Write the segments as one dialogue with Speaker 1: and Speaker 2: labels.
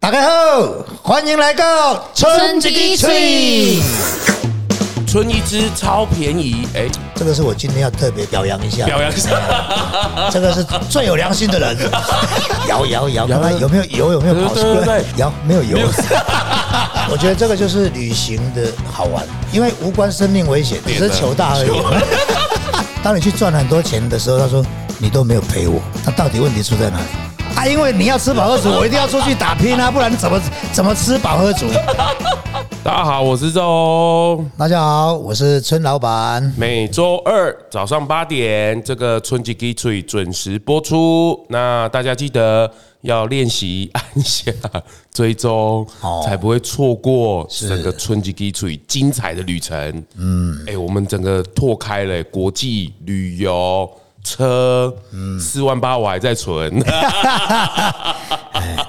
Speaker 1: 大家好，欢迎来到春之翠。
Speaker 2: 春一支超便宜，哎、
Speaker 1: 这个是我今天要特别表扬一下，
Speaker 2: 表扬一下。
Speaker 1: 这个是最有良心的人。 摇摇摇，看看有没有油，有没有跑出
Speaker 2: 对对
Speaker 1: 来
Speaker 2: 对？
Speaker 1: 摇没有油。 我觉得这个就是旅行的好玩，因为无关生命危险，只是求大而已。 当你去赚很多钱的时候，他说你都没有陪我，那到底问题出在哪里？啊，因为你要吃饱喝足，我一定要出去打拼啊，不然怎么怎么吃饱 喝足？
Speaker 2: 大家好，我是周，
Speaker 1: 大家好，我是村老板。
Speaker 2: 每周二早上八点，这个春季基础准时播出。那大家记得要练习按下追踪，
Speaker 1: 哦
Speaker 2: 才不会错过整个春季基础精彩的旅程。嗯，哎、我们整个拓开了国际旅游。车，四万八我还在存，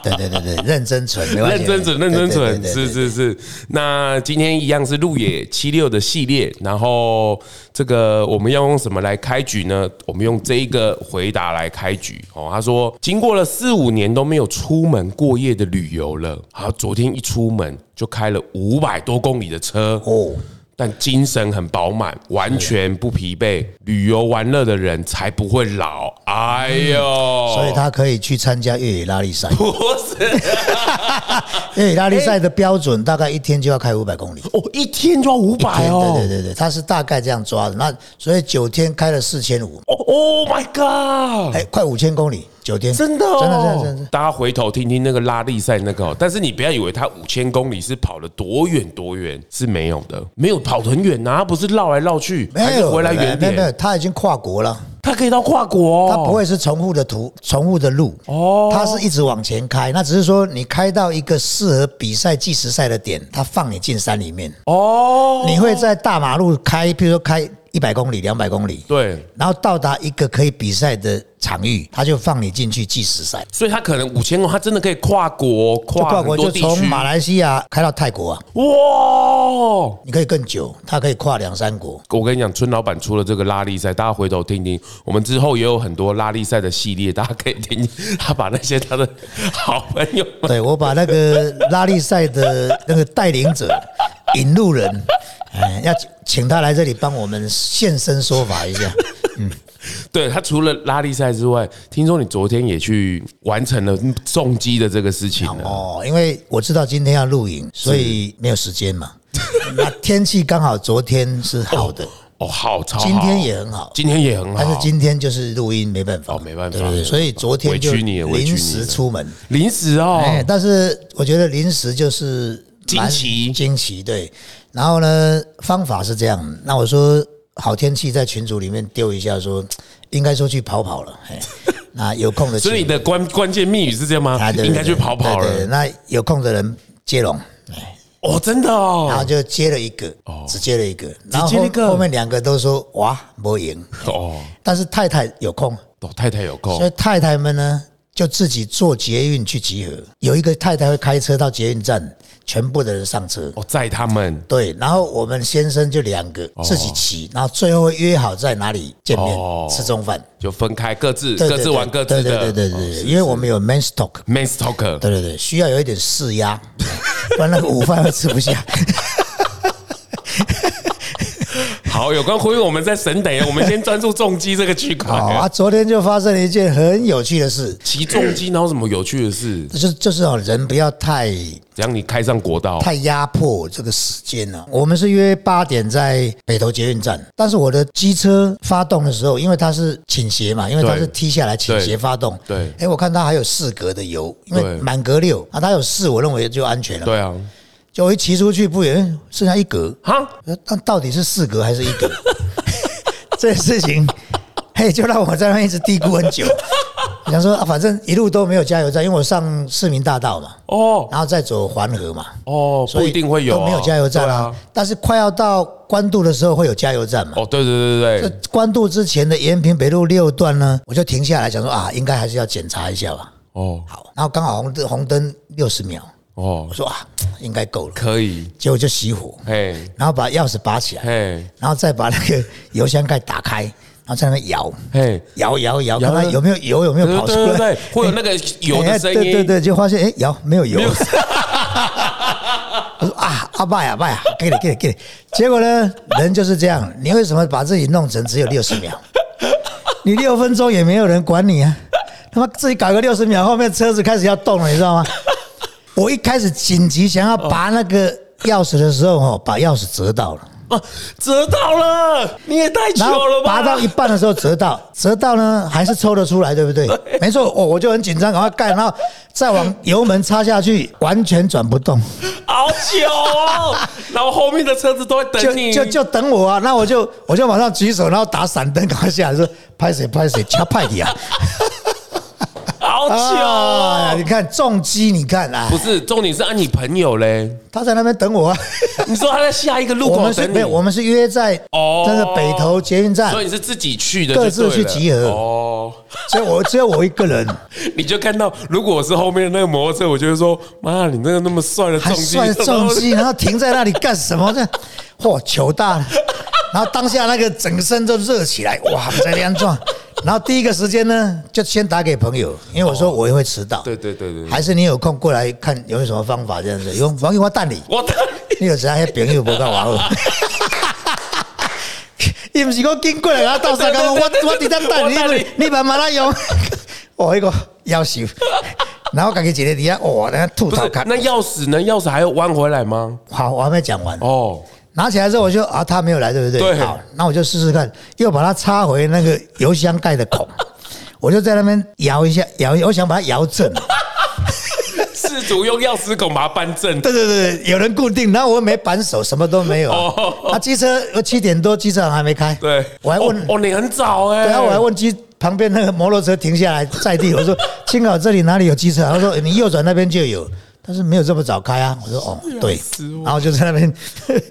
Speaker 1: 对对对对，认真存，没关系
Speaker 2: 认真准，认真准，
Speaker 1: 对对对对
Speaker 2: 是是是。那今天一样是路野七六的系列，然后这个我们要用什么来开局呢？我们用这一个回答来开局哦。他说，经过了四五年都没有出门过夜的旅游了，好，昨天一出门就开了五百多公里的车
Speaker 1: 哦
Speaker 2: 哦。但精神很饱满，完全不疲惫。旅游玩乐的人才不会老。哎呦，
Speaker 1: 所以他可以去参加越野拉力赛。
Speaker 2: 不是
Speaker 1: 越野拉力赛的标准大概一天就要开五百公里。
Speaker 2: 哦，一天就要五百哦。
Speaker 1: 对对对对，他是大概这样抓的。那所以九天开了四千五，
Speaker 2: 哦 Oh my god！
Speaker 1: 哎，快五千公里，九天，
Speaker 2: 真的
Speaker 1: 真的真的
Speaker 2: 哦
Speaker 1: 真的。，
Speaker 2: 大家回头听听那个拉力赛那个、哦，但是你不要以为他五千公里是跑了多远多远，是没有的，没有跑得很远呐、啊，不是绕来绕去，还是回来
Speaker 1: 没有
Speaker 2: 原
Speaker 1: 没有没有，
Speaker 2: 点，
Speaker 1: 他已经跨国了，
Speaker 2: 他可以到跨国、哦，
Speaker 1: 他不会是重复的途、重复的路
Speaker 2: 哦
Speaker 1: 他是一直往前开。那只是说你开到一个适合比赛计时赛的点，他放你进山里面，
Speaker 2: 哦，
Speaker 1: 你会在大马路开，譬如说开一百公里、两百公里，
Speaker 2: 对，
Speaker 1: 然后到达一个可以比赛的场域，他就放你进去计时赛。
Speaker 2: 所以他可能五千公里，他真的可以跨国，
Speaker 1: 就
Speaker 2: 跨
Speaker 1: 跨
Speaker 2: 很
Speaker 1: 国
Speaker 2: 多
Speaker 1: 就
Speaker 2: 地
Speaker 1: 从
Speaker 2: 区，
Speaker 1: 马来西亚开到泰国啊，
Speaker 2: 哇！
Speaker 1: 你可以更久，它可以跨两三 国。
Speaker 2: 我跟你讲，村老板出了这个拉力赛，大家回头听听。我们之后也有很多拉力赛的系列，大家可以听 听。他把那些他的好朋友们
Speaker 1: 对我把那个拉力赛的那个带领者、引路人， 哎，要请他来这里帮我们现身说法一 下。
Speaker 2: 对他除了拉力赛之外，听说你昨天也去完成了重击的这个事情了。
Speaker 1: 哦，因为我知道今天要录影，所以没有时间 嘛。那天气刚好昨天是好的，
Speaker 2: 哦，好，超好
Speaker 1: 今天也很好
Speaker 2: 今天也很好，
Speaker 1: 但是今天就是录音没办法，
Speaker 2: 哦哦没办法
Speaker 1: 对对对所以昨天就
Speaker 2: 委屈你了委屈你
Speaker 1: 临
Speaker 2: 了
Speaker 1: 时出门。
Speaker 2: 临时哦，
Speaker 1: 哎，但是我觉得临时就是蛮
Speaker 2: 惊奇
Speaker 1: 惊奇对。然后呢，方法是这样，那我说好天气在群组里面丢一下说，应该说去跑跑了， 哎，那有空的
Speaker 2: 所以你
Speaker 1: 请
Speaker 2: 的关关键密语是这样吗
Speaker 1: 啊？对对对
Speaker 2: 应该去跑跑
Speaker 1: 对对对
Speaker 2: 了。
Speaker 1: 那有空的人接龙，哎，
Speaker 2: 哦，真的
Speaker 1: 然后
Speaker 2: 哦，
Speaker 1: 就接了一个，只接了一个，然后
Speaker 2: 接了一个
Speaker 1: 后后面两个都说哇没赢，
Speaker 2: 哦，
Speaker 1: 但是太太有空，
Speaker 2: 哦，太太有空
Speaker 1: 所以太太们呢，就自己坐捷运去集合。有一个太太会开车到捷运站，全部的人上车。
Speaker 2: 哦，载他们
Speaker 1: 对，然后我们先生就两个自己骑，然后最后会约好在哪里见面
Speaker 2: 哦
Speaker 1: 吃中饭，
Speaker 2: 就分开，各自
Speaker 1: 对
Speaker 2: 各自玩各自
Speaker 1: 对
Speaker 2: 的。哦
Speaker 1: 对对对对对，因为我们有 men's talk，
Speaker 2: m a n s Talker，
Speaker 1: 对对对，需要有一点释压， 不然那个午饭会吃不 下。
Speaker 2: 哎好，有关呼应我们在神等，我们先专注重击这个区
Speaker 1: 好啊，
Speaker 2: 块。
Speaker 1: 昨天就发生了一件很有趣的事，
Speaker 2: 骑重机，然后什么有趣的事？
Speaker 1: 就是就是哦，人不要太
Speaker 2: 只要你开上国道，
Speaker 1: 太压迫这个时间了。我们是约八点在北投捷运站，但是我的机车发动的时候，因为它是倾斜嘛，因为它是
Speaker 2: 对
Speaker 1: 踢下来倾斜发动。
Speaker 2: 对
Speaker 1: 哎，我看它还有四格的油，因为
Speaker 2: 对
Speaker 1: 满格六啊，它有四，我认为就安全了。
Speaker 2: 对啊，
Speaker 1: 就我一骑出去不远，哎剩下一格，
Speaker 2: 哈，
Speaker 1: 呃但到底是四格还是一格？ 这事情，嘿，就让我在那边一直嘀咕很久。想说啊，反正一路都没有加油站，因为我上市民大道嘛，
Speaker 2: 哦
Speaker 1: 然后再走环河嘛，
Speaker 2: 哦，
Speaker 1: 所
Speaker 2: 不
Speaker 1: 以
Speaker 2: 一定会有啊，
Speaker 1: 都没有加油站
Speaker 2: 对
Speaker 1: 啦、
Speaker 2: 啊。
Speaker 1: 但是快要到关渡的时候会有加油站嘛？
Speaker 2: 哦，对对对对对，
Speaker 1: 关渡之前的延平北路六段呢，我就停下来想说啊，应该还是要检查一下吧。
Speaker 2: 哦
Speaker 1: 好，然后刚好红灯红灯六十秒，
Speaker 2: 哦
Speaker 1: 我，说啊，应该够了，
Speaker 2: 可以，
Speaker 1: 结果就熄火，
Speaker 2: 嘿
Speaker 1: 然后把钥匙拔起来，
Speaker 2: 嘿，
Speaker 1: 然后再把那个油箱盖打开，然后在那边摇，
Speaker 2: 嘿，
Speaker 1: 摇摇摇，
Speaker 2: 摇
Speaker 1: 看看有没有油，有没有
Speaker 2: 对
Speaker 1: 跑出
Speaker 2: 对对
Speaker 1: 来。
Speaker 2: 对，会有那个油
Speaker 1: 哎
Speaker 2: 的声
Speaker 1: 对对
Speaker 2: 音，
Speaker 1: 对，就发现哎，摇没有油
Speaker 2: 没 有。
Speaker 1: 我说啊，阿爸呀，爸呀，给你给你给你。结果呢，人就是这样，你为什么把自己弄成只有六十 秒？你六分钟也没有人管你啊！他妈自己搞个六十秒，后面车子开始要动了，你知 道吗？我一开始紧急想要拔那个钥匙的时候，哦，把钥匙折到了。
Speaker 2: 啊，折到了，你也太糗
Speaker 1: 然后
Speaker 2: 了吧！
Speaker 1: 拔到一半的时候折到，折到呢还是抽得出来，对不对？没错，我我就很紧张，赶快盖，然后再往油门插下去，完全转不动，
Speaker 2: 好久哦，然后后面的车子都在
Speaker 1: 就
Speaker 2: 等你，
Speaker 1: 就就等我啊！那我就我就马上举手，然后打闪灯，赶快下来说拍谁拍谁，掐派 你啊！
Speaker 2: 好久
Speaker 1: 啊，
Speaker 2: 哦。
Speaker 1: 你看重击，你看啊
Speaker 2: 不，是，重点是按你朋 友嘞，
Speaker 1: 他在那边等我啊。
Speaker 2: 你说他在下一个路
Speaker 1: 我
Speaker 2: 口
Speaker 1: 们是
Speaker 2: 等
Speaker 1: 没
Speaker 2: 你，
Speaker 1: 有，我们是约在
Speaker 2: 哦
Speaker 1: 那个北投捷运站
Speaker 2: 所，以你是自己去的，
Speaker 1: 各自
Speaker 2: 就对了
Speaker 1: 去集合
Speaker 2: 哦。
Speaker 1: 所以我只有我一个人，
Speaker 2: 你就看到，如果我是后面的那个摩托车，我就会说：“妈，你那个那么帅的
Speaker 1: 还
Speaker 2: 重机，
Speaker 1: 算 重击，然后停在那里干什么？这嚯，球大了！然后当下那个整身都热起来，哇，在那样撞。然后第一个时间呢，就先打给朋友，因为我说我也会迟到。
Speaker 2: 哦对对对对对
Speaker 1: 还是你有空过来看有没有什么方法这样子？有网友我带你，
Speaker 2: 我的
Speaker 1: 你有时候还哎朋友不够玩哦。 伊毋是讲经过来，然后到三讲我我伫在等
Speaker 2: 我等
Speaker 1: 你
Speaker 2: 你，
Speaker 1: 你慢慢来用。 哦，迄个夭寿，然后家己一个底下，哦，那吐
Speaker 2: 不是
Speaker 1: 槽看。
Speaker 2: 那钥匙呢？钥匙还要弯回来吗？
Speaker 1: 好，我还没讲完。
Speaker 2: 哦，
Speaker 1: 拿起来之后，我就啊，他没有来，对不对？
Speaker 2: 对
Speaker 1: 好，那我就试试看，又把它插回那个油箱盖的孔， 我就在那边摇一下，摇一下，我想把它摇 正。
Speaker 2: 事主用钥匙孔把它扳正。
Speaker 1: 对对对，有人固定，然后我没扳手，什么都没有啊。
Speaker 2: 哦
Speaker 1: 啊，机车我七点多，机车行还没开。
Speaker 2: 对，
Speaker 1: 我还问
Speaker 2: 哦，哦你很早哎，
Speaker 1: 对啊，我还问机旁边那个摩托车停下来在地，我说：“青岛这里哪里有机车？”他说：“你右转那边就有，但是没有这么早开啊。”我说：“哦，对
Speaker 2: 死。我”
Speaker 1: 然后就在那边，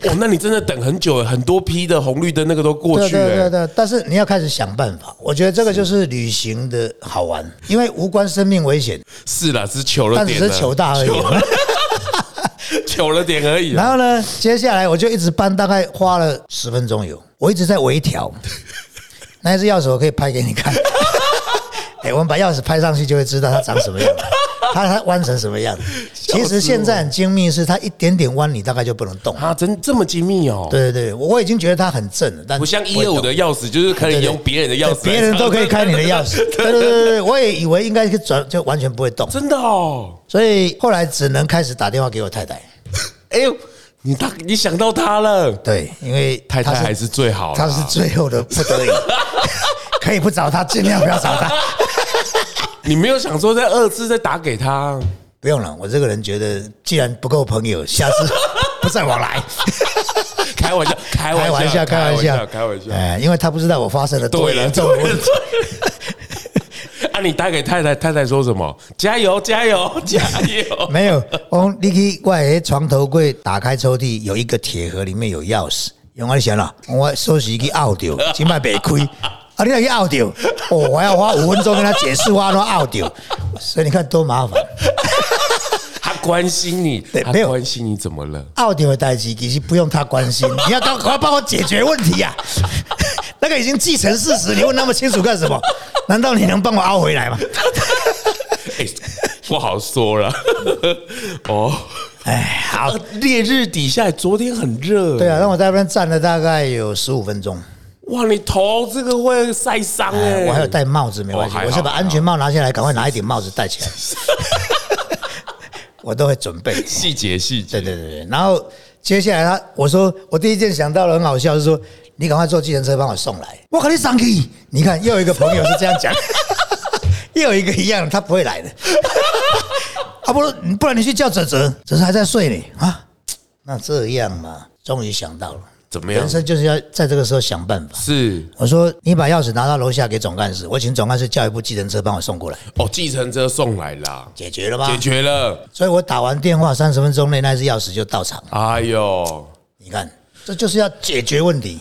Speaker 2: 哦，那你真的等很久，很多批的红绿灯那个都过
Speaker 1: 对
Speaker 2: 去哎
Speaker 1: 对对
Speaker 2: 了。
Speaker 1: 对。但是你要开始想办法，我觉得这个就是旅行的好玩，因为无关生命危险，
Speaker 2: 是啦，只是糗了
Speaker 1: 但只
Speaker 2: 点，
Speaker 1: 是糗大而已。
Speaker 2: 已，糗了点而已啊啦。
Speaker 1: 然后呢，接下来我就一直搬，大概花了十分钟有，我一直在微 调。那一只钥匙我可以拍给你看。 哎、我们把钥匙拍上去就会知道它长什 么样，它它弯成什么样。其实现在很精密，是它一点点弯你大概就不能动。
Speaker 2: 啊，真这么精密哦，
Speaker 1: 对对对，我已经觉得它很正了，但
Speaker 2: 不像
Speaker 1: 会
Speaker 2: 一二五的钥匙，就是可以用别人的钥匙来
Speaker 1: 对别人都可以开你的钥匙。对对对对，我也以为应该是转就完全不会动，
Speaker 2: 真的哦。
Speaker 1: 所以后来只能开始打电话给我太太。
Speaker 2: 哎呦，你大你想到他了，
Speaker 1: 对，因为
Speaker 2: 太太
Speaker 1: 她
Speaker 2: 还是最好啦，
Speaker 1: 他是最后的不得已， 可以不找他，尽量不要找他。
Speaker 2: 你没有想说再二次再打给他，
Speaker 1: 不用了，我这个人觉得，既然不够朋友，下次不再往来。
Speaker 2: 开玩笑，开
Speaker 1: 开玩
Speaker 2: 玩
Speaker 1: 笑，
Speaker 2: 笑，
Speaker 1: 开玩笑，
Speaker 2: 开玩笑。
Speaker 1: 哎，因为他不知道我发生了多
Speaker 2: 对了，
Speaker 1: 严
Speaker 2: 对
Speaker 1: 重的
Speaker 2: 了，对
Speaker 1: 问
Speaker 2: 了
Speaker 1: 题。。
Speaker 2: 啊，你打给太太，太太说什么？加油，加油， 加油！
Speaker 1: 没有，我你去我的床头柜打开抽屉，有一个铁盒，里面有钥匙。用我想啦，我收拾去拗 掉，今摆别亏。啊，你要去拗掉，哦，我要花五分钟跟他解释我要拗掉，所以你看多麻烦。
Speaker 2: 他关心你，
Speaker 1: 对
Speaker 2: 他
Speaker 1: 没有
Speaker 2: 关心你怎么了？
Speaker 1: 奥迪的代机其实不用他关 心，你要赶赶快帮我解决问题呀、 那个已经既成事实，你问那么清楚干什么？难道你能帮我凹回来吗？
Speaker 2: 哎，不好说了。 哦，
Speaker 1: 哎，好，
Speaker 2: 烈日底下，昨天很热。
Speaker 1: 对啊，让我在那边站了大概有十五分钟。
Speaker 2: 哇，你头这个会晒伤哎！
Speaker 1: 哎，我还有戴帽子，没关系
Speaker 2: 哦还，好
Speaker 1: 我是把安全帽拿下来，赶快拿一顶帽子戴 起来。我都会准备。
Speaker 2: 细节细节
Speaker 1: 对，对对对，然后接下来他我说我第一件想到的很好笑，是说你赶快坐计程车帮我送来，我肯定上去。你看又有一个朋友是这样讲， 又有一个一样的，他不会来的。 啊，不然不然你去叫哲哲，哲哲还在睡呢啊。那这样嘛，终于想到了，
Speaker 2: 怎么样
Speaker 1: 人？生就是要在这个时候想办法。
Speaker 2: 是
Speaker 1: 我说你把钥匙拿到楼下给总干事，我请总干事叫一部计程车帮我送过来，
Speaker 2: 哦，计程车送来啦，
Speaker 1: 解决了吧？
Speaker 2: 解决了。
Speaker 1: 所以我打完电话三十分钟内那只钥匙就到场。
Speaker 2: 哎呦，
Speaker 1: 你看，这就是要解决问题。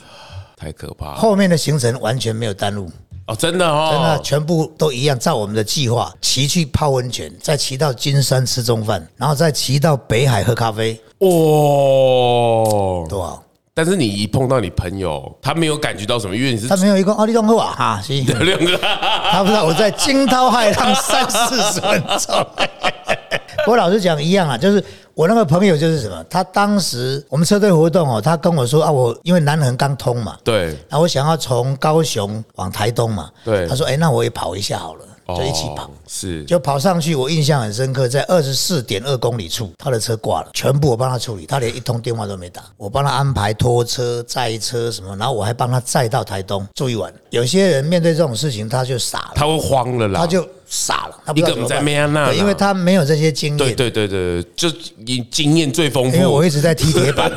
Speaker 2: 太可怕了
Speaker 1: 后面的行程完全没有耽误，
Speaker 2: 哦，真
Speaker 1: 真
Speaker 2: 的
Speaker 1: 的
Speaker 2: 哦，
Speaker 1: 全部都一样，照我们的计划，骑去泡温泉，再骑到金山吃中饭，然后再骑到北海喝咖啡，
Speaker 2: 哇，
Speaker 1: 多好！
Speaker 2: 但是你一碰到你朋友，他没有感觉到什么，因为你是
Speaker 1: 他没有一个奥利东喝啊，哈，是，
Speaker 2: 两个，
Speaker 1: 他不知道我在惊涛骇浪三四十分钟。 我老实讲一样啊，就是我那个朋友就是什么，他当时我们车队活动哦，他跟我说啊，我因为南横刚通嘛，
Speaker 2: 对
Speaker 1: 然后我想要从高雄往台东嘛，
Speaker 2: 对
Speaker 1: 他说哎、那我也跑一下好了， 就一起跑。
Speaker 2: 哦是
Speaker 1: 就跑上去，我印象很深刻，在二十四点二公里处，他的车挂了，全部我帮他处理，他连一通电话都没打，我帮他安排拖车、载车什么，然后我还帮他载到台东住一晚。有些人面对这种事情，他就傻了，
Speaker 2: 他会慌了啦，
Speaker 1: 他就傻了，他不知道
Speaker 2: 一
Speaker 1: 怎么
Speaker 2: 个人在
Speaker 1: 办
Speaker 2: 那边啊
Speaker 1: 对因为他没有这些经
Speaker 2: 对
Speaker 1: 验。
Speaker 2: 对对对，对就你经验最丰
Speaker 1: 因为哎我
Speaker 2: 富，
Speaker 1: 一直在踢铁 板，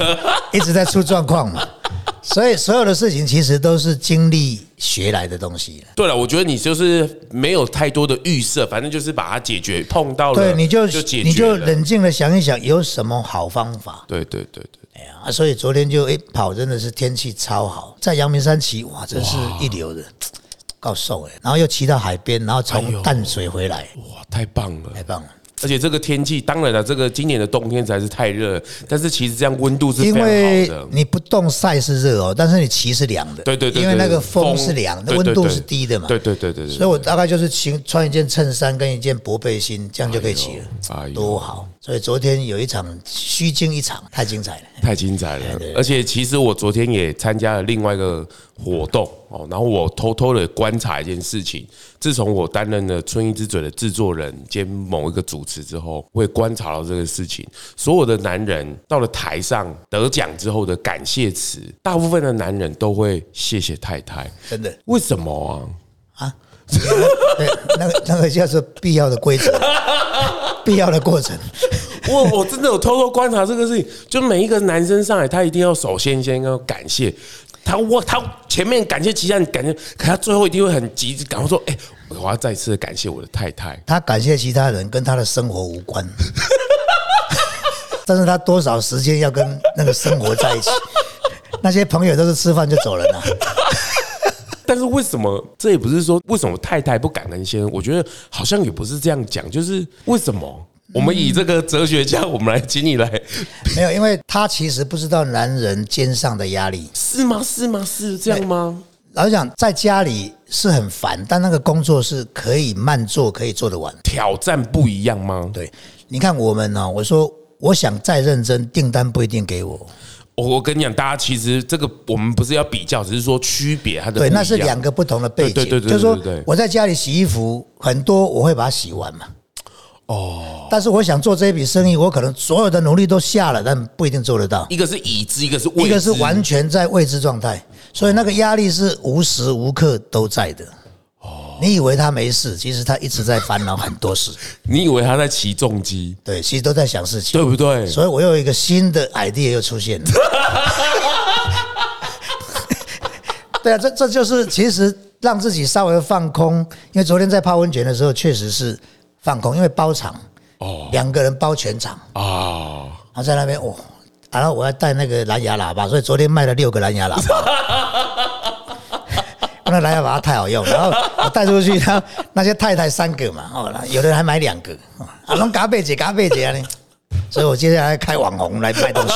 Speaker 1: 一直在出状况嘛，所以所有的事情其实都是经历学来的东西。
Speaker 2: 对了，我觉得你就是没有太多的预设，反正就是把它解决，碰到了
Speaker 1: 对，你就
Speaker 2: 就解
Speaker 1: 你
Speaker 2: 决
Speaker 1: 就
Speaker 2: 了，
Speaker 1: 冷静的想一想，有什么好方法？
Speaker 2: 对对对对。
Speaker 1: 哎呀，啊所以昨天就哎、跑，真的是天气超好，在阳明山骑，哇，真是一流的，够瘦哎。然后又骑到海边，然后
Speaker 2: 哎
Speaker 1: 从淡水回来，
Speaker 2: 哇，太棒了！
Speaker 1: 太棒了。
Speaker 2: 而且这个天气，当然了，这个今年的冬天实在是太热了，但是其实这样温度是非
Speaker 1: 因
Speaker 2: 常
Speaker 1: 为
Speaker 2: 好的。
Speaker 1: 你不动晒是热哦，但是你骑是凉的。
Speaker 2: 对对对，
Speaker 1: 因为那
Speaker 2: 对
Speaker 1: 个风是凉的，
Speaker 2: 对
Speaker 1: 温
Speaker 2: 对
Speaker 1: 度
Speaker 2: 对
Speaker 1: 是低的嘛。
Speaker 2: 对对对对对。
Speaker 1: 所以我大概就是骑穿一件衬衫跟一件薄背心，这样就可以骑
Speaker 2: 哎
Speaker 1: 了
Speaker 2: 呦，
Speaker 1: 多好。所以昨天有一场虚惊一场，太精彩 了。
Speaker 2: 太精彩了！而且其实我昨天也参加了另外一个活动哦，然后我偷偷的观察一件事情。自从我担任了《春一之嘴》的制作人兼某一个主持之后，我也观察到这个事情。所有的男人到了台上得奖之后的感谢词，大部分的男人都会谢谢太太，
Speaker 1: 真的
Speaker 2: 为什么啊？
Speaker 1: 啊，对，那个那个叫做必要的规 则，必要的过程。
Speaker 2: 我我真的有偷偷观察这个事情，就每一个男生上来，他一定要首先先要感谢他，我他前面感谢其他人感谢，可他最后一定会很急，赶快说，哎、我要再次地感谢我的太太。
Speaker 1: 他感谢其他人，跟他的生活无关，但是他多少时间要跟那个生活在一起？那些朋友都是吃饭就走人了、
Speaker 2: 但是为什么这也不是说为什么太太不感恩先生？我觉得好像也不是这样讲，就是为什么？我们以这个哲学家，我们来请你来，
Speaker 1: 没有，因为他其实不知道男人肩上的压力。
Speaker 2: 是吗？是吗？是这样吗？
Speaker 1: 老实讲，在家里是很烦，但那个工作是可以慢做，可以做得完。
Speaker 2: 挑战不一样吗？
Speaker 1: 对，你看我们呢、我说我想再认真，订单不一定给我。
Speaker 2: 我我跟你讲，大家其实这个我们不是要比较，只是说区别它的
Speaker 1: 对，
Speaker 2: 不一
Speaker 1: 那是
Speaker 2: 样
Speaker 1: 两个不同的背景。
Speaker 2: 对对对对
Speaker 1: 就是说
Speaker 2: 对对对
Speaker 1: 我在家里洗衣服很多，我会把它洗完嘛。哦。但是我想做这一笔生意，我可能所有的努力都下了，但不一定做得到。
Speaker 2: 一个是已知，一个是未知，
Speaker 1: 一个是完全在未知状态，所以那个压力是无时无刻都在的。哦。你以为他没事，其实他一直在烦恼很多事。
Speaker 2: 你以为他在骑重机，
Speaker 1: 对，其实都在想事情。
Speaker 2: 对不对？
Speaker 1: 所以我又有一个新的 idea 又出现了。 对啊，这这就是其实让自己稍微放空，因为昨天在泡温泉的时候确实是放空，因为包场哦，两个人包全场，
Speaker 2: 啊，
Speaker 1: 然后在那边哦，然后我要带那个蓝牙喇叭，所以昨天卖了六个蓝牙喇叭。 那蓝牙喇叭太好用，然后我带出去，然后那些太太三个嘛，哦，那有的人还买两个，哦啊，拢嘎贝姐嘎贝姐啊呢，所以我接下来开网红来卖东 西。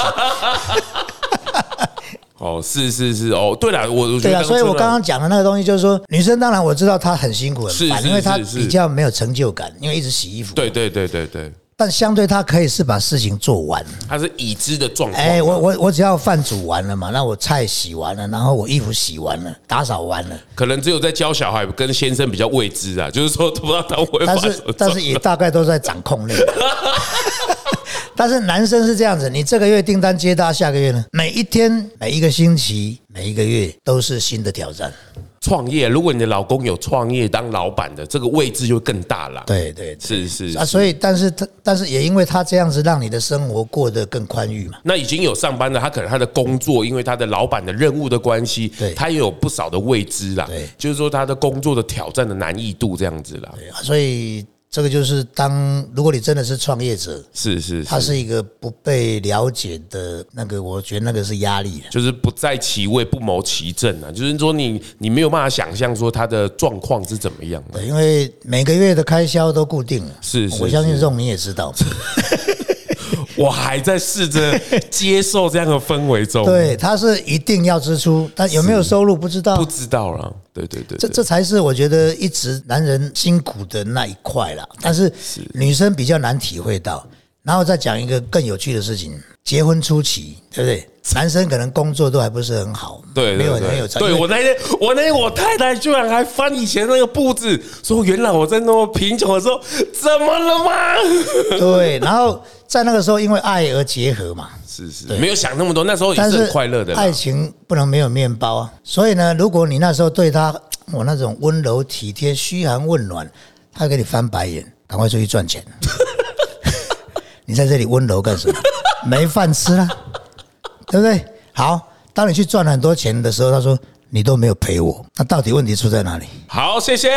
Speaker 2: 哦，是是是，哦，对了，我我觉
Speaker 1: 对
Speaker 2: 得
Speaker 1: 啊，所以我刚
Speaker 2: 刚
Speaker 1: 刚讲的那个东西就是说，女生当然我知道她很辛苦
Speaker 2: 是
Speaker 1: 很烦，
Speaker 2: 是
Speaker 1: 因为她
Speaker 2: 是是
Speaker 1: 比较没有成就感，因为一直洗衣服。
Speaker 2: 对对对对对，
Speaker 1: 但相对她可以是把事情做完。
Speaker 2: 他是已知的状况，
Speaker 1: 哎，我我我只要饭煮完了嘛，那我菜洗完了，然后我衣服洗完了，打扫完 了，
Speaker 2: 可能只有在教小孩跟先生比较未知啊，就是说都不知道他会发
Speaker 1: 但
Speaker 2: 生
Speaker 1: 是
Speaker 2: 什么状
Speaker 1: 但是也大概都在掌控内。 但是男生是这样子，你这个月订单接大，下个月呢？每一天、每一个星期、每一个月都是新的挑战。
Speaker 2: 创业。如果你的老公有创业当老板的，这个位置就更大了。，
Speaker 1: 对对对。
Speaker 2: 是是
Speaker 1: 啊，
Speaker 2: 是。
Speaker 1: 所以，但是他，但是也因为他这样子，让你的生活过得更宽裕嘛。
Speaker 2: 那已经有上班的，他可能他的工作，因为他的老板的任务的关系
Speaker 1: 对，
Speaker 2: 他也有不少的未知啦
Speaker 1: 对。
Speaker 2: 就是说他的工作的挑战的难易度这样子啦。
Speaker 1: 对啊所以这个就是当如果你真的是创业者，
Speaker 2: 是是，
Speaker 1: 他是一个不被了解的那个，我觉得那个是压力啊。
Speaker 2: 就是不在其位不谋其政啊，就是说你你没有办法想象说他的状况是怎么样的。
Speaker 1: 对，因为每个月的开销都固定了，
Speaker 2: 是是
Speaker 1: 我相信这种你也知道，
Speaker 2: 我还在试着接受这样的氛围中，
Speaker 1: 对，他是一定要支出，但有没有收入不知道
Speaker 2: 不。知道了，对对对，
Speaker 1: 这
Speaker 2: 对
Speaker 1: 这才是我觉得一直男人辛苦的那一块啦，
Speaker 2: 哎
Speaker 1: 但是女生比较难体会到。然后再讲一个更有趣的事情，结婚初期，对不对？男生可能工作都还不是很好，
Speaker 2: 对，
Speaker 1: 没有
Speaker 2: 对对
Speaker 1: 很有才
Speaker 2: 对
Speaker 1: 因为
Speaker 2: 我那天，我那天我太太居然还翻以前那个布置，说原来我在那么贫穷的时候，怎么了吗？
Speaker 1: 对，然后在那个时候因为爱而结合嘛，
Speaker 2: 是是，没有想那么多，那时候也
Speaker 1: 但
Speaker 2: 是
Speaker 1: 是哎
Speaker 2: 很快乐的啦。
Speaker 1: 爱情不能没有面包啊。所以呢，如果你那时候对他我那种温柔体贴、嘘寒问暖，他给你翻白眼，赶快出去赚钱。 你在这里温柔干什么？没饭吃啊， 对不对？好，当你去赚很多钱的时候，他说你都没有陪我，那到底问题出在哪里？
Speaker 2: 好，谢谢，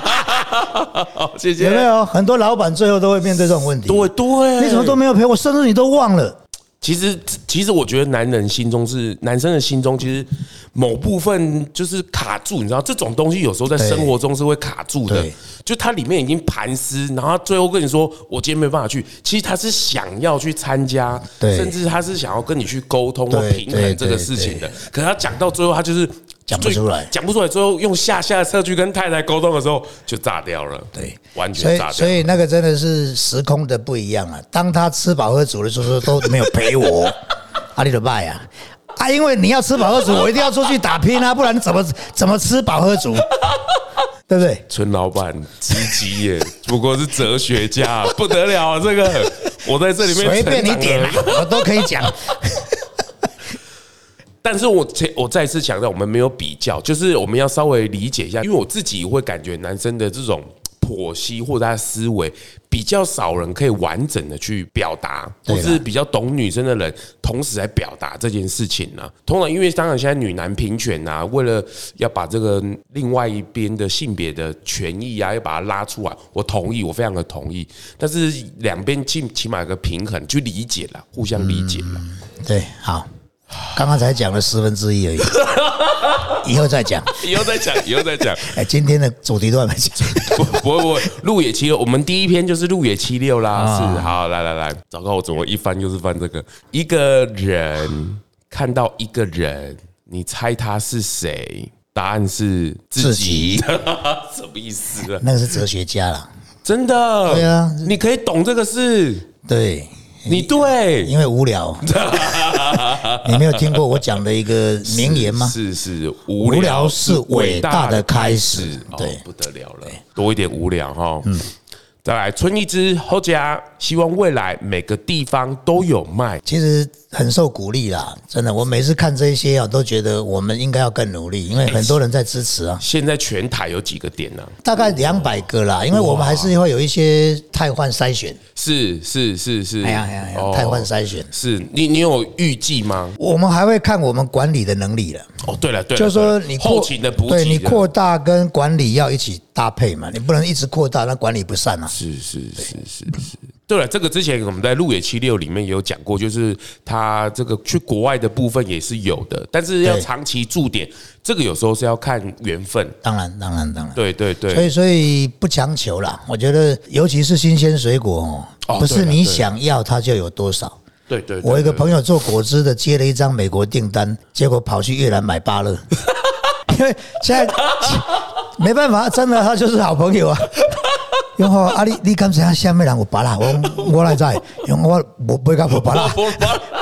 Speaker 2: 好谢
Speaker 1: 有没
Speaker 2: 谢。
Speaker 1: 有很多老板最后都会面对这种问题？
Speaker 2: 对对，
Speaker 1: 你怎么都没有陪我，甚至你都忘了。
Speaker 2: 其实，其实我觉得男人心中是男生的心中，其实某部分就是卡住，你知道这种东西有时候在
Speaker 1: 对
Speaker 2: 生活中是会卡住的
Speaker 1: 对，
Speaker 2: 就它里面已经盘丝，然后最后跟你说我今天没办法去，其实他是想要去参加，
Speaker 1: 对
Speaker 2: 甚至他是想要跟你去沟通或
Speaker 1: 对
Speaker 2: 平衡
Speaker 1: 对
Speaker 2: 这个
Speaker 1: 对
Speaker 2: 事情的
Speaker 1: 对，
Speaker 2: 可是他讲到最后，他就是
Speaker 1: 讲不
Speaker 2: 最
Speaker 1: 出来
Speaker 2: 讲不出来，最后用下下策去跟太太沟通的时候就炸掉了，
Speaker 1: 对，
Speaker 2: 完全
Speaker 1: 所以
Speaker 2: 炸掉
Speaker 1: 所。以那个真的是时空的不一样啊。当他吃饱喝足的时候都没有陪我，阿里的爸呀！啊，因为你要吃饱喝足，我一定要出去打拼啊，不然怎么怎么吃饱喝足？对不对？
Speaker 2: 村老板积极耶，不过是哲学家，不得了、啊！这个我在这里面
Speaker 1: 随便你点啊
Speaker 2: 成长了，
Speaker 1: 我都可以讲。
Speaker 2: 但是我前我再次强调，我们没有比较，就是我们要稍微理解一下，因为我自己会感觉男生的这种剖析或者他的思维比较少人可以完整的去表达，
Speaker 1: 对
Speaker 2: 或
Speaker 1: 啦
Speaker 2: 是比较懂女生的人，同时来表达这件事情呢、通常因为当然现在女男平权啊，为了要把这个另外一边的性别的权益啊，要把它拉出来，我同意，我非常的同意。但是两边起起码有个平衡，去理解啦，互相理解啦。
Speaker 1: 对，好，刚刚才讲了十分之一而已，以后再讲。
Speaker 2: 以后再讲，以后再讲。
Speaker 1: 哎，今天的主题都还没讲，
Speaker 2: 不不不，路野七六，我们第一篇就是路野七六啦。
Speaker 1: 啊
Speaker 2: 是，好，来来来，糟糕，我怎么一翻就是翻这个？一个人看到一个人，你猜他是谁？答案是自
Speaker 1: 自
Speaker 2: 己
Speaker 1: 己，
Speaker 2: 什么意思啊？
Speaker 1: 那个是哲学家啦。
Speaker 2: 真的，
Speaker 1: 对啊
Speaker 2: 你可以懂这个事，
Speaker 1: 对，
Speaker 2: 你对，
Speaker 1: 因为无聊，你没有听过我讲的一个名言吗？
Speaker 2: 是是，无
Speaker 1: 无聊
Speaker 2: 聊
Speaker 1: 是伟大的开始对
Speaker 2: 哦，不得了了，多一点无聊哈。嗯，再来，春一枝后加，希望未来每个地方都有卖。
Speaker 1: 其实很受鼓励啦，真的。我每次看这些啊，都觉得我们应该要更努力，因为很多人在支持啊，
Speaker 2: 现在全台有几个点呢、
Speaker 1: 大概两百个啦。因为我们还是会有一些汰换筛选，
Speaker 2: 是是是是，
Speaker 1: 哎呀哎呀哎呀，
Speaker 2: 哦
Speaker 1: 汰换筛选，
Speaker 2: 是你你有预计吗？
Speaker 1: 我们还会看我们管理的能力了，
Speaker 2: 哦，对了对了，
Speaker 1: 就是说
Speaker 2: 对了
Speaker 1: 你扩
Speaker 2: 后勤的补给的，
Speaker 1: 对你扩大跟管理要一起搭配嘛，你不能一直扩大，那管理不善啊。
Speaker 2: 是是是是是。对了，这个之前我们在《路野七六》里面也有讲过，就是他这个去国外的部分也是有的，但是要
Speaker 1: 对
Speaker 2: 长期驻点，这个有时候是要看缘分。
Speaker 1: 当然，当然，当然。
Speaker 2: 对对
Speaker 1: 所以
Speaker 2: 对，
Speaker 1: 所以不强求啦。我觉得，尤其是新鲜水果
Speaker 2: 哦
Speaker 1: 哦，不
Speaker 2: 对
Speaker 1: 是
Speaker 2: 了
Speaker 1: 你
Speaker 2: 对了
Speaker 1: 想要它就有多少。
Speaker 2: 对对。
Speaker 1: 我一个
Speaker 2: 友
Speaker 1: 朋友做果汁的，接了一张美国订单，结果跑去越南买芭乐， 因为现在没办法，真的他就是好朋友啊。然后啊，你你刚才下面人有芭乐，我我来在，因为我我不敢无芭乐，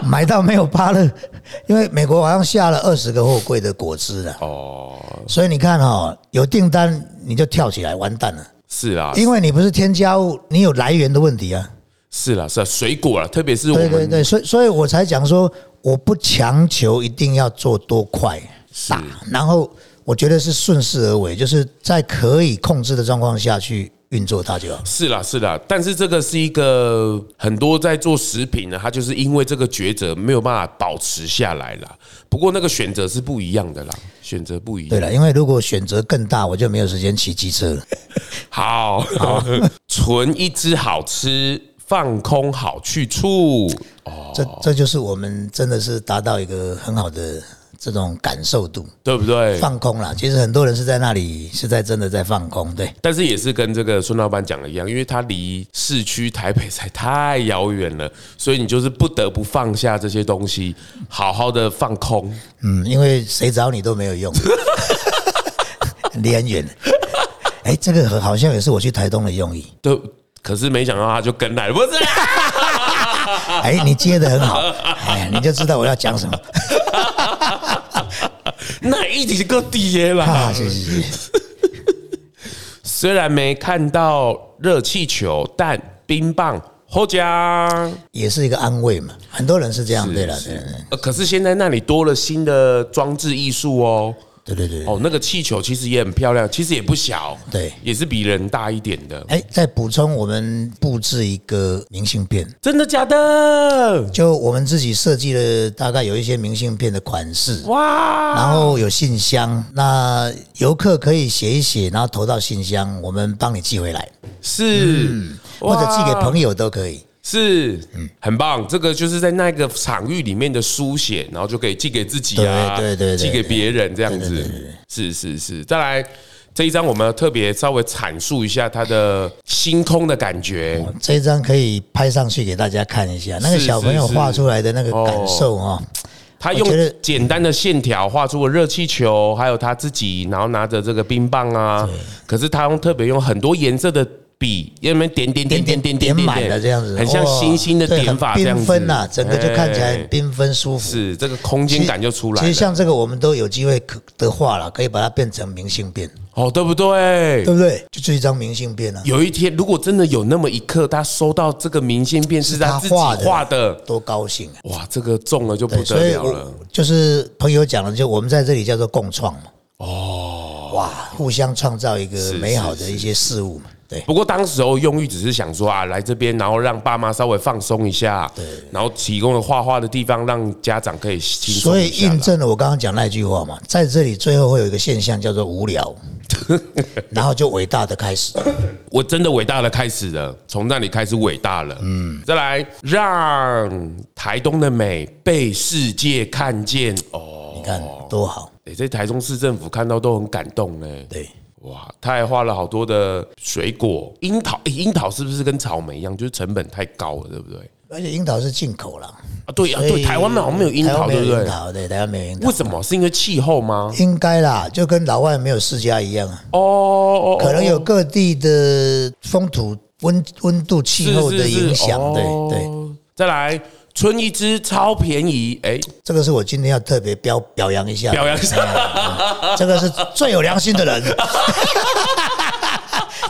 Speaker 1: 买到没有芭乐，因为美国好像下了二十个货柜的果汁啊，
Speaker 2: 哦，
Speaker 1: 所以你看哦，有订单你就跳起来，完蛋了。
Speaker 2: 是啦，
Speaker 1: 因为你不是添加物，你有来源的问题啊。
Speaker 2: 是啦，是啦，水果啦，特别是我
Speaker 1: 对对
Speaker 2: 们
Speaker 1: 对，所以所以我才讲说，我不强求一定要做多快大，然后我觉得是顺势而为，就是在可以控制的状况下去运作它就好。
Speaker 2: 是啦，是啦，但是这个是一个很多在做食品的，他就是因为这个抉择没有办法保持下来啦。不过那个选择是不一样的啦，选择不一
Speaker 1: 对
Speaker 2: 样。
Speaker 1: 了，因为如果选择更大，我就没有时间骑机车了。
Speaker 2: 好， 存一只好吃，放空好去处。哦
Speaker 1: 这这就是我们真的是达到一个很好的这种感受度，
Speaker 2: 对不对？
Speaker 1: 放空啦。其实很多人是在那里是在真的在放空，对。
Speaker 2: 但是也是跟这个孙老板讲的一样，因为他离市区台北才太遥远了，所以你就是不得不放下这些东西，好好的放空。
Speaker 1: 嗯，因为谁找你都没有用， 离很远。哎、这个很好像也是我去台东的用意。
Speaker 2: 对，可是没想到他就跟来了，不是啊、
Speaker 1: 哎，你接的很好，哎，你就知道我要讲什么
Speaker 2: 那一直够低耶啦
Speaker 1: 啊！。谢谢谢谢。
Speaker 2: 虽然没看到热气球，但冰棒后加。
Speaker 1: 也是一个安慰嘛。很多人是这样，对了，对
Speaker 2: 呃，可是现在那里多了新的装置艺术哦。
Speaker 1: 对对对对。
Speaker 2: 哦，那个气球其实也很漂亮，其实也不小，
Speaker 1: 对
Speaker 2: 也是比人大一点的。
Speaker 1: 哎，再补充，我们布置一个明信片，
Speaker 2: 真的假的？
Speaker 1: 就我们自己设计了，大概有一些明信片的款式，
Speaker 2: 哇！
Speaker 1: 然后有信箱，那游客可以写一写，然后投到信箱，我们帮你寄回来，
Speaker 2: 是，
Speaker 1: 或者寄给
Speaker 2: 哇
Speaker 1: 朋友都可以。
Speaker 2: 是，
Speaker 1: 嗯
Speaker 2: 很棒。这个就是在那个场域里面的书写，然后就可以寄给自己啊，
Speaker 1: 对对对对
Speaker 2: 寄给别人这样子。是是是，再来。这一章我们要特别稍微阐述一下它的星空的感觉，
Speaker 1: 这一张可以拍上去给大家看一下，那个
Speaker 2: 是
Speaker 1: 小朋友
Speaker 2: 是
Speaker 1: 画出来的那个
Speaker 2: 哦
Speaker 1: 感受啊、
Speaker 2: 他
Speaker 1: 我觉得
Speaker 2: 用简单的线条画出了热气球，还有他自己，然后拿着这个冰棒啊。可是他用特别用很多颜色的笔，因为点点点点点
Speaker 1: 点哦满了这样子，
Speaker 2: 很像
Speaker 1: 哇
Speaker 2: 星星的
Speaker 1: 对
Speaker 2: 点法
Speaker 1: 很
Speaker 2: 这样
Speaker 1: 缤
Speaker 2: 子，
Speaker 1: 纷呐，啊整个就看起来
Speaker 2: 哎
Speaker 1: 很缤纷舒服。
Speaker 2: 是这个空
Speaker 1: 其
Speaker 2: 间
Speaker 1: 实
Speaker 2: 感就出来
Speaker 1: 其实
Speaker 2: 了。
Speaker 1: 像这个，我们都有机会可的话了，可以把它变成明信片，
Speaker 2: 哦，对不对
Speaker 1: 对？不对？就是一张明信片啊，
Speaker 2: 有一天，如果真的有那么一刻，他收到这个明信片是他自
Speaker 1: 是他
Speaker 2: 己画
Speaker 1: 画
Speaker 2: 的，
Speaker 1: 多高兴啊！
Speaker 2: 哇，这个中了就不
Speaker 1: 对，
Speaker 2: 得
Speaker 1: 所以
Speaker 2: 了了
Speaker 1: 我。就是朋友讲的，就我们在这里叫做共创嘛。哦，哇，互相创造一个美好的一些事物嘛。对，
Speaker 2: 不过当时候用意只是想说啊，来这边，然后让爸妈稍微放松一下，然后提供了画画的地方，让家长可以轻松
Speaker 1: 所以
Speaker 2: 一下啦。
Speaker 1: 印证了我刚刚讲那句话嘛，在这里最后会有一个现象叫做无 聊，然后就伟大的开
Speaker 2: 哦
Speaker 1: 始。
Speaker 2: 我真的伟大的开始了，从那里开始伟大了。嗯，再来让台东的美被世界看见哦。
Speaker 1: 你看多好，
Speaker 2: 哎、在台中市政府看到都很感动呢。
Speaker 1: 对。
Speaker 2: 哇，他还画了好多的水果，樱桃、诶樱桃是不是跟草莓一样，就是成本太高了，对不对？
Speaker 1: 而且樱桃是进口啦，
Speaker 2: 啊，对啊，
Speaker 1: 所
Speaker 2: 对，
Speaker 1: 以
Speaker 2: 台湾好像没有樱
Speaker 1: 台
Speaker 2: 桃，
Speaker 1: 湾没
Speaker 2: 对
Speaker 1: 有
Speaker 2: 不
Speaker 1: 樱
Speaker 2: 对？
Speaker 1: 桃，对，台湾没有樱桃
Speaker 2: 为。什么？是因为气候吗？
Speaker 1: 应该啦，就跟老外没有世家一样啊，
Speaker 2: 哦哦，哦
Speaker 1: 可能有各地的风土、温温度、气候的影响。对。
Speaker 2: 是是是
Speaker 1: 对，
Speaker 2: 哦再来，春一枝超便宜，哎，
Speaker 1: 这个是我今天要特别表表扬一下，哎
Speaker 2: 表扬一下
Speaker 1: 这个是最有良心的人，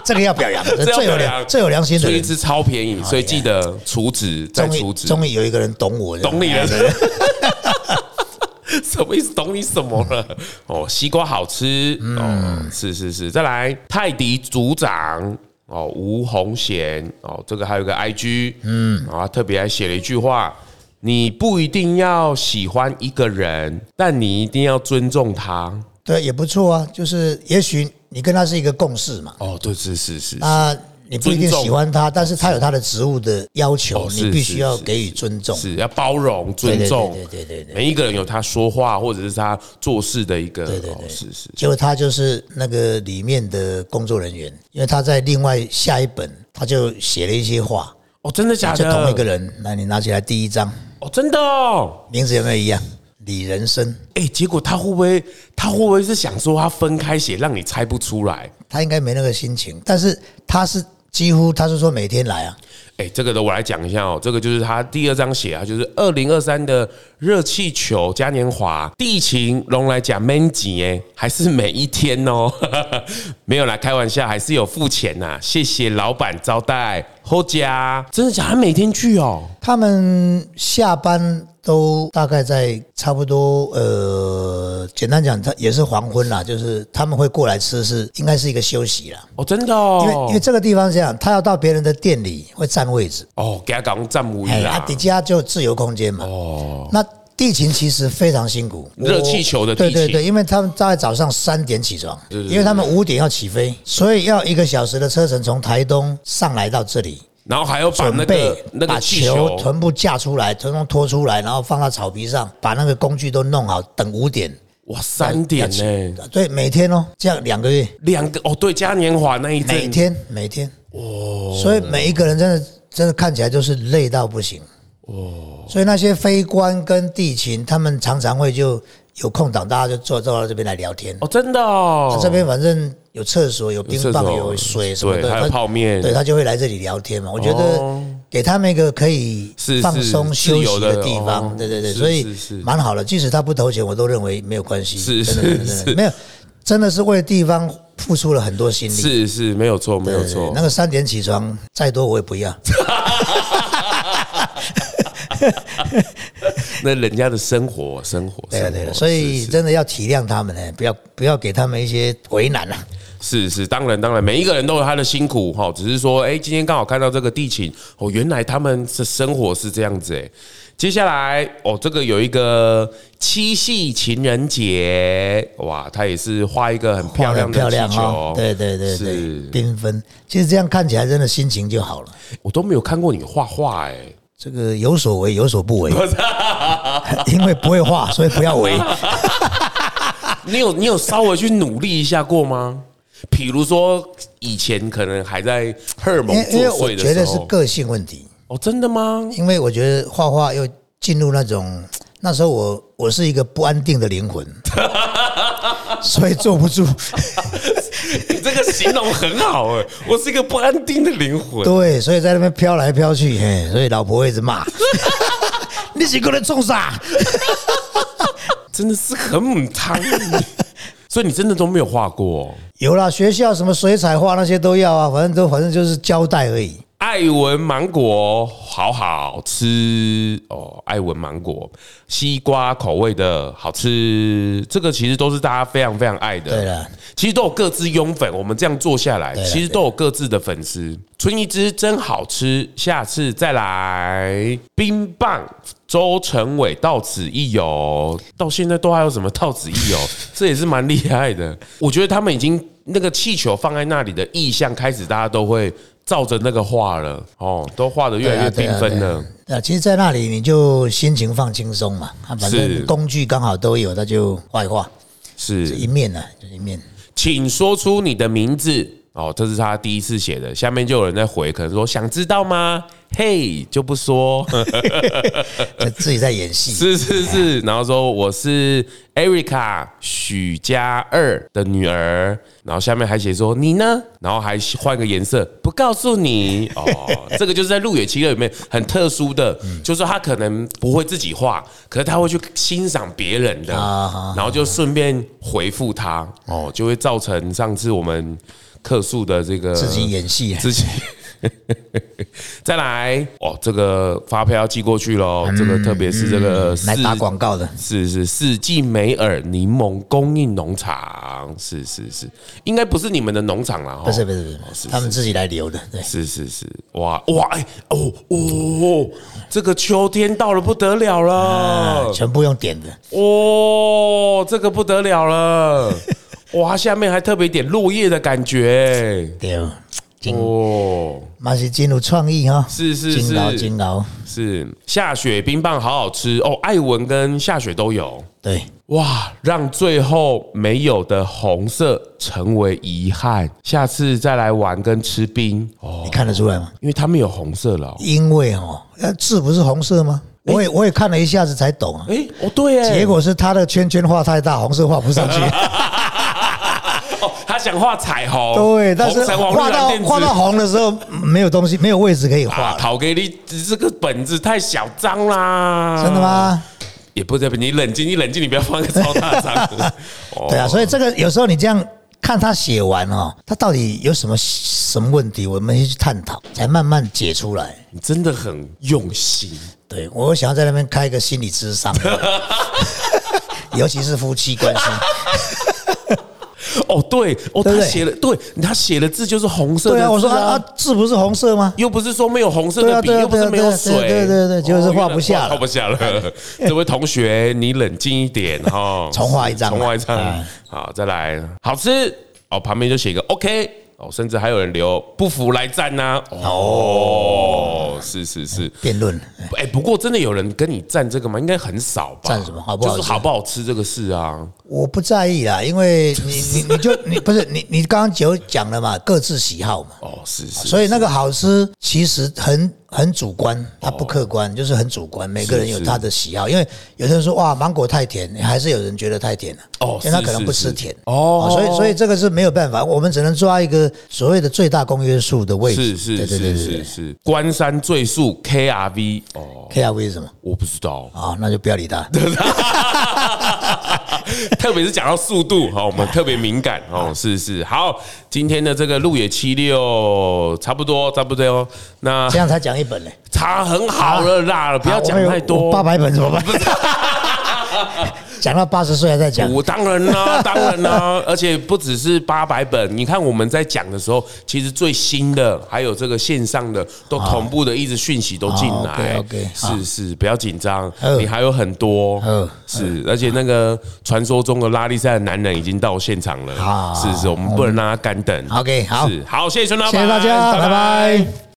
Speaker 1: 这个要表扬，
Speaker 2: 这要
Speaker 1: 最有
Speaker 2: 表扬
Speaker 1: 良最有良心的
Speaker 2: 春一
Speaker 1: 人。
Speaker 2: 枝超便宜，所以记得除值再
Speaker 1: 终
Speaker 2: 除
Speaker 1: 于
Speaker 2: 值，
Speaker 1: 终于有一个人懂我，哎
Speaker 2: 懂你 了
Speaker 1: 对对对
Speaker 2: 什么意思？懂你什么了？哦，西瓜好吃，
Speaker 1: 嗯
Speaker 2: 哦，是是是，再来泰迪组长。哦，吴红贤哦，这个还有个 IG，嗯，然后他特别还写了一句话：你不一定要喜欢一个人，但你一定要尊重他。
Speaker 1: 对，也不错啊。就是也许你跟他是一个共识嘛，
Speaker 2: 哦，对，是是是，
Speaker 1: 啊，你不一定
Speaker 2: 尊重
Speaker 1: 喜欢他，但是他有他的职务的要求
Speaker 2: 哦，是
Speaker 1: 你必须要
Speaker 2: 是
Speaker 1: 给予尊重。
Speaker 2: 是要包容、尊重，
Speaker 1: 对对对对对对
Speaker 2: 每一个人有他说话或者是他做事的一个，
Speaker 1: 对对
Speaker 2: 哦
Speaker 1: 对
Speaker 2: 是是，
Speaker 1: 结果他就是那个里面的工作人员，因为他在另外下一本他就写了一些话，
Speaker 2: 哦，真的假
Speaker 1: 就
Speaker 2: 的？
Speaker 1: 同一个人。来，你拿起来第一张，
Speaker 2: 哦，真的哦，
Speaker 1: 名字有没有一样？李仁生，
Speaker 2: 哎、结果他会不会，他会不会是想说他分开写，让你猜不出来？
Speaker 1: 他应该没那个心情，但是他是几乎他是说每天来啊，
Speaker 2: 哎、这个的我来讲一下哦，这个就是他第二章写啊，就是二零二三的热气球嘉年华地勤龙来讲 man 几哎，还是每一天哦， 没有啦，开玩笑，还是有付钱呐、谢谢老板招待，后加真的假的？他每天去哦，
Speaker 1: 他们下班都大概在差不多呃，简单讲，他也是黄昏啦，就是他们会过来吃是应该是一个休息啦。
Speaker 2: 哦，真的
Speaker 1: 因为
Speaker 2: 哦
Speaker 1: 因，为这个地方是这样，他要到别人的店里会占位置，
Speaker 2: 哦，给他讲占五一
Speaker 1: 哎，啊
Speaker 2: 啦，
Speaker 1: 底，下就自由空间嘛。哦，那地勤其实非常辛苦，我
Speaker 2: 热气球的地
Speaker 1: 对
Speaker 2: 勤
Speaker 1: 对对，因为他们大概早上三点起床，因为他们五点要起飞，所以要一个小时的车程从台东上来到这里。
Speaker 2: 然后还要啊把那
Speaker 1: 准备
Speaker 2: 个那
Speaker 1: 把
Speaker 2: 个气球
Speaker 1: 球全部架出来，全部拖出来，然后放到草皮上，把那个工具都弄好，等五点。
Speaker 2: 哇，三点呢、
Speaker 1: 对，每天哦，这样两个月，
Speaker 2: 两个哦，对，嘉年华那一阵，
Speaker 1: 每天每天，哦，所以每一个人真的真的看起来就是累到不行，哦，所以那些飞官跟地勤，他们常常会就有空档，大家就坐坐到这边来聊天。
Speaker 2: 哦，真的哦，
Speaker 1: 这边反正有厕所、有冰
Speaker 2: 有厕
Speaker 1: 棒、
Speaker 2: 所
Speaker 1: 有水什么
Speaker 2: 对
Speaker 1: 的，
Speaker 2: 还
Speaker 1: 他
Speaker 2: 有泡面
Speaker 1: 对他就会来这里聊天嘛。我觉
Speaker 2: 哦
Speaker 1: 得给他们一个可以
Speaker 2: 是是
Speaker 1: 放松
Speaker 2: 自
Speaker 1: 休
Speaker 2: 由
Speaker 1: 息
Speaker 2: 的
Speaker 1: 的地
Speaker 2: 哦
Speaker 1: 方，对对对，
Speaker 2: 是
Speaker 1: 所
Speaker 2: 是
Speaker 1: 以
Speaker 2: 是
Speaker 1: 蛮好的。即使他不投钱，我都认为没有关系，
Speaker 2: 是
Speaker 1: 真的真的真
Speaker 2: 是是
Speaker 1: 的没有，真的是为地方付出了很多心力。
Speaker 2: 是是没有错，没有
Speaker 1: 对对
Speaker 2: 错，
Speaker 1: 那个三点起床，再多我也不要。
Speaker 2: 那人家的生活，生活，
Speaker 1: 对啊
Speaker 2: 生
Speaker 1: 对啊，
Speaker 2: 活，
Speaker 1: 所以
Speaker 2: 哦是
Speaker 1: 真的要体谅他们呢，不要不要给他们一些为难啊。
Speaker 2: 是是，当然当然，每一个人都有他的辛苦哈，只是说，哎、今天刚好看到这个地勤，哦，原来他们的生活是这样子哎、接下来哦，这个有一个七夕情人节，哇，他也是画一个很漂亮的
Speaker 1: 漂亮
Speaker 2: 气球，
Speaker 1: 哦，对对对对
Speaker 2: 是，
Speaker 1: 缤纷。其实这样看起来真的心情就好了。
Speaker 2: 我都没有看过你画画哎，
Speaker 1: 这个有所为有所不 为，因为不会画，所以不要为。
Speaker 2: 你有你有稍微去努力一下过吗？比如说以前可能还在荷尔蒙
Speaker 1: 因为因
Speaker 2: 作
Speaker 1: 为我
Speaker 2: 祟的
Speaker 1: 觉
Speaker 2: 时
Speaker 1: 得是
Speaker 2: 候，
Speaker 1: 个性问题，
Speaker 2: 哦，真 的吗？
Speaker 1: 因为我觉得画画又进入那种那时候我我是一个不安定的灵 魂，所以坐不住。
Speaker 2: 你这个形容很好哎、我是一个不安定的灵魂。
Speaker 1: 对，所以在那边飘来飘去，嘿，所以老婆会一直 骂。你是过来冲啥？
Speaker 2: 真的是很母 汤，所以你真的都没有画过
Speaker 1: 有啦，学校什么水彩画那些都要啊，反正都反正就是交代而已。
Speaker 2: 艾文芒果，好好吃哦！艾文芒果西瓜口味的好吃，这个其实都是大家非常非常爱的。
Speaker 1: 对啦，
Speaker 2: 其实都有各自拥粉，我们这样做下来，
Speaker 1: 啦
Speaker 2: 其实都有各自的粉丝。春一枝真好吃，下次再来。冰棒，周成伟到此一游，到现在都还有什么到此一游， 这也是蛮厉害的。我觉得他们已经那个气球放在那里的意象，开始大家都会照着那个画了，哦，都画的越来越
Speaker 1: 对啊
Speaker 2: 缤纷了。。
Speaker 1: 那其实，在那里你就心情放轻松嘛，啊，反
Speaker 2: 是
Speaker 1: 正工具刚好都有，那就画一画，
Speaker 2: 是
Speaker 1: 一面呢、啊，就一面。
Speaker 2: 请说出你的名字。哦，这是他第一次写的，下面就有人在回，可能说想知道吗？嘿，就不说，
Speaker 1: 就自己在演戏。
Speaker 2: 呃是是是，然后说我是 Erica 许家二的女儿，然后下面还写说你呢，然后还换个颜色，不告诉你哦。 这个就是在入野七乐里面很特殊的，就是他可能不会自己画，可是他会去欣赏别人的
Speaker 1: 啊，
Speaker 2: 然后就顺便回复他哦，就会造成上次我们客诉的这个
Speaker 1: 自己演戏， 啊
Speaker 2: 自己。再来哦，这个发票要寄过去喽。这个特别是这个
Speaker 1: 嗯来
Speaker 2: 四
Speaker 1: 打广告的，
Speaker 2: 是是四季美尔柠檬供应农场，是是是，应该不是你们的农场啦，哈
Speaker 1: 不是不是不
Speaker 2: 哦
Speaker 1: 是，他们自己来留的，对，
Speaker 2: 是是是，哇哇哎哦哦，这个秋天到了不得了了，
Speaker 1: 全部用点的，
Speaker 2: 哦，这个不得了 了，哇，下面还特别一点落叶的感觉，
Speaker 1: 对哦，金
Speaker 2: 哦。
Speaker 1: 马是进入创意哦哈，
Speaker 2: 是是是
Speaker 1: 金劳金劳，
Speaker 2: 是下雪冰棒好好吃哦，艾文跟下雪都有
Speaker 1: 对，
Speaker 2: 哇，让最后没有的红色成为遗憾，下次再来玩跟吃冰哦
Speaker 1: 你，看得出来吗？
Speaker 2: 因为他们有红色了、哦，
Speaker 1: 因为哦，呃，字不是红色吗？我也我也看了一下子才懂啊，
Speaker 2: 哎、哦对哎，
Speaker 1: 结果是他的圈圈画太大，红色画不上 去。
Speaker 2: 哦他想画彩虹，
Speaker 1: 对，但是
Speaker 2: 红橙黄
Speaker 1: 画
Speaker 2: 绿蓝
Speaker 1: 到
Speaker 2: 靛紫
Speaker 1: 画到红的时候，嗯没有东西，没有位置可以画
Speaker 2: 啊，
Speaker 1: 了，
Speaker 2: 讨给你这个本子太小张啦，
Speaker 1: 真的？吗？
Speaker 2: 也不是，你冷静，你冷静，你不要放个超大张。 哦
Speaker 1: 对啊，所以这个有时候你这样看他写完哦，他到底有什么什么问题，我们先去探讨，才慢慢解出来。
Speaker 2: 你真的很用心。
Speaker 1: 对我想要在那边开一个心理智商， 尤其是夫妻关 系，
Speaker 2: 哦，对，
Speaker 1: 对不
Speaker 2: 哦，他
Speaker 1: 对
Speaker 2: 写了，对他写的字就是红色的
Speaker 1: 对
Speaker 2: 字
Speaker 1: 啊，我说啊，啊，字不是红色吗？
Speaker 2: 又不是说没有红色
Speaker 1: 对
Speaker 2: 的
Speaker 1: 啊
Speaker 2: 笔，
Speaker 1: 对啊
Speaker 2: 又不是没有水，
Speaker 1: 对啊对啊对啊对啊对啊结果是
Speaker 2: 哦
Speaker 1: 画不下了哎
Speaker 2: 画不下 了。这位同学，你冷静一点哈，
Speaker 1: 重画一张吧
Speaker 2: 重画一张
Speaker 1: 哎。
Speaker 2: 好，再来，好吃哦，旁边就写一个 OK。哦，甚至还有人留不服来战呐、哦，是是是，
Speaker 1: 辩论嗯
Speaker 2: 哎、不过真的有人跟你站这个吗？应该很少吧？
Speaker 1: 站什么好不好吃
Speaker 2: 就是好不好吃这个事啊。
Speaker 1: 我不在意啦，因为你你你就 你不是你你刚刚就讲了嘛，各自喜好嘛，
Speaker 2: 哦，是是，
Speaker 1: 所以那个好吃其实很很主观，它不客
Speaker 2: 哦
Speaker 1: 观，就是很主观，每个人有他的喜好。因为有的人说哇芒果太甜，还是有人觉得太甜了，啊
Speaker 2: 哦
Speaker 1: 因为他
Speaker 2: 是
Speaker 1: 可能
Speaker 2: 是
Speaker 1: 不
Speaker 2: 是
Speaker 1: 吃甜
Speaker 2: 哦
Speaker 1: 所以所以这个是没有办法，我们只能抓一个所谓的最大公约数的位置。
Speaker 2: 是是
Speaker 1: 对对对
Speaker 2: 是
Speaker 1: 对
Speaker 2: 是是，关山最速 KRV 哦，
Speaker 1: ，K R V 是什么，
Speaker 2: 我不知道
Speaker 1: 啊？那就不要理他。
Speaker 2: 特别是讲到速度，好，我们特别敏感哦，是是，好，今天的这个路野七六差不多差不多哦，那
Speaker 1: 这样才讲一本呢，
Speaker 2: 差很好了啦，不要讲太多，
Speaker 1: 八百本怎么办？讲到八十岁还在讲，
Speaker 2: 我哦当然啦、 当然啦、而且不只是八百本，你看我们在讲的时候，其实最新的还有这个线上的都同步的，一直讯息都进来。
Speaker 1: 好，OK，OK，好哦啊
Speaker 2: 是是，不要紧张
Speaker 1: 嗯，
Speaker 2: 你还有很多
Speaker 1: 嗯。
Speaker 2: 是，而且那个传说中的拉力赛的男人已经到现场了，
Speaker 1: 好
Speaker 2: 是是，我们不能让他干等。
Speaker 1: OK，好
Speaker 2: 是好，谢谢孙老板，
Speaker 1: 谢谢大家，拜拜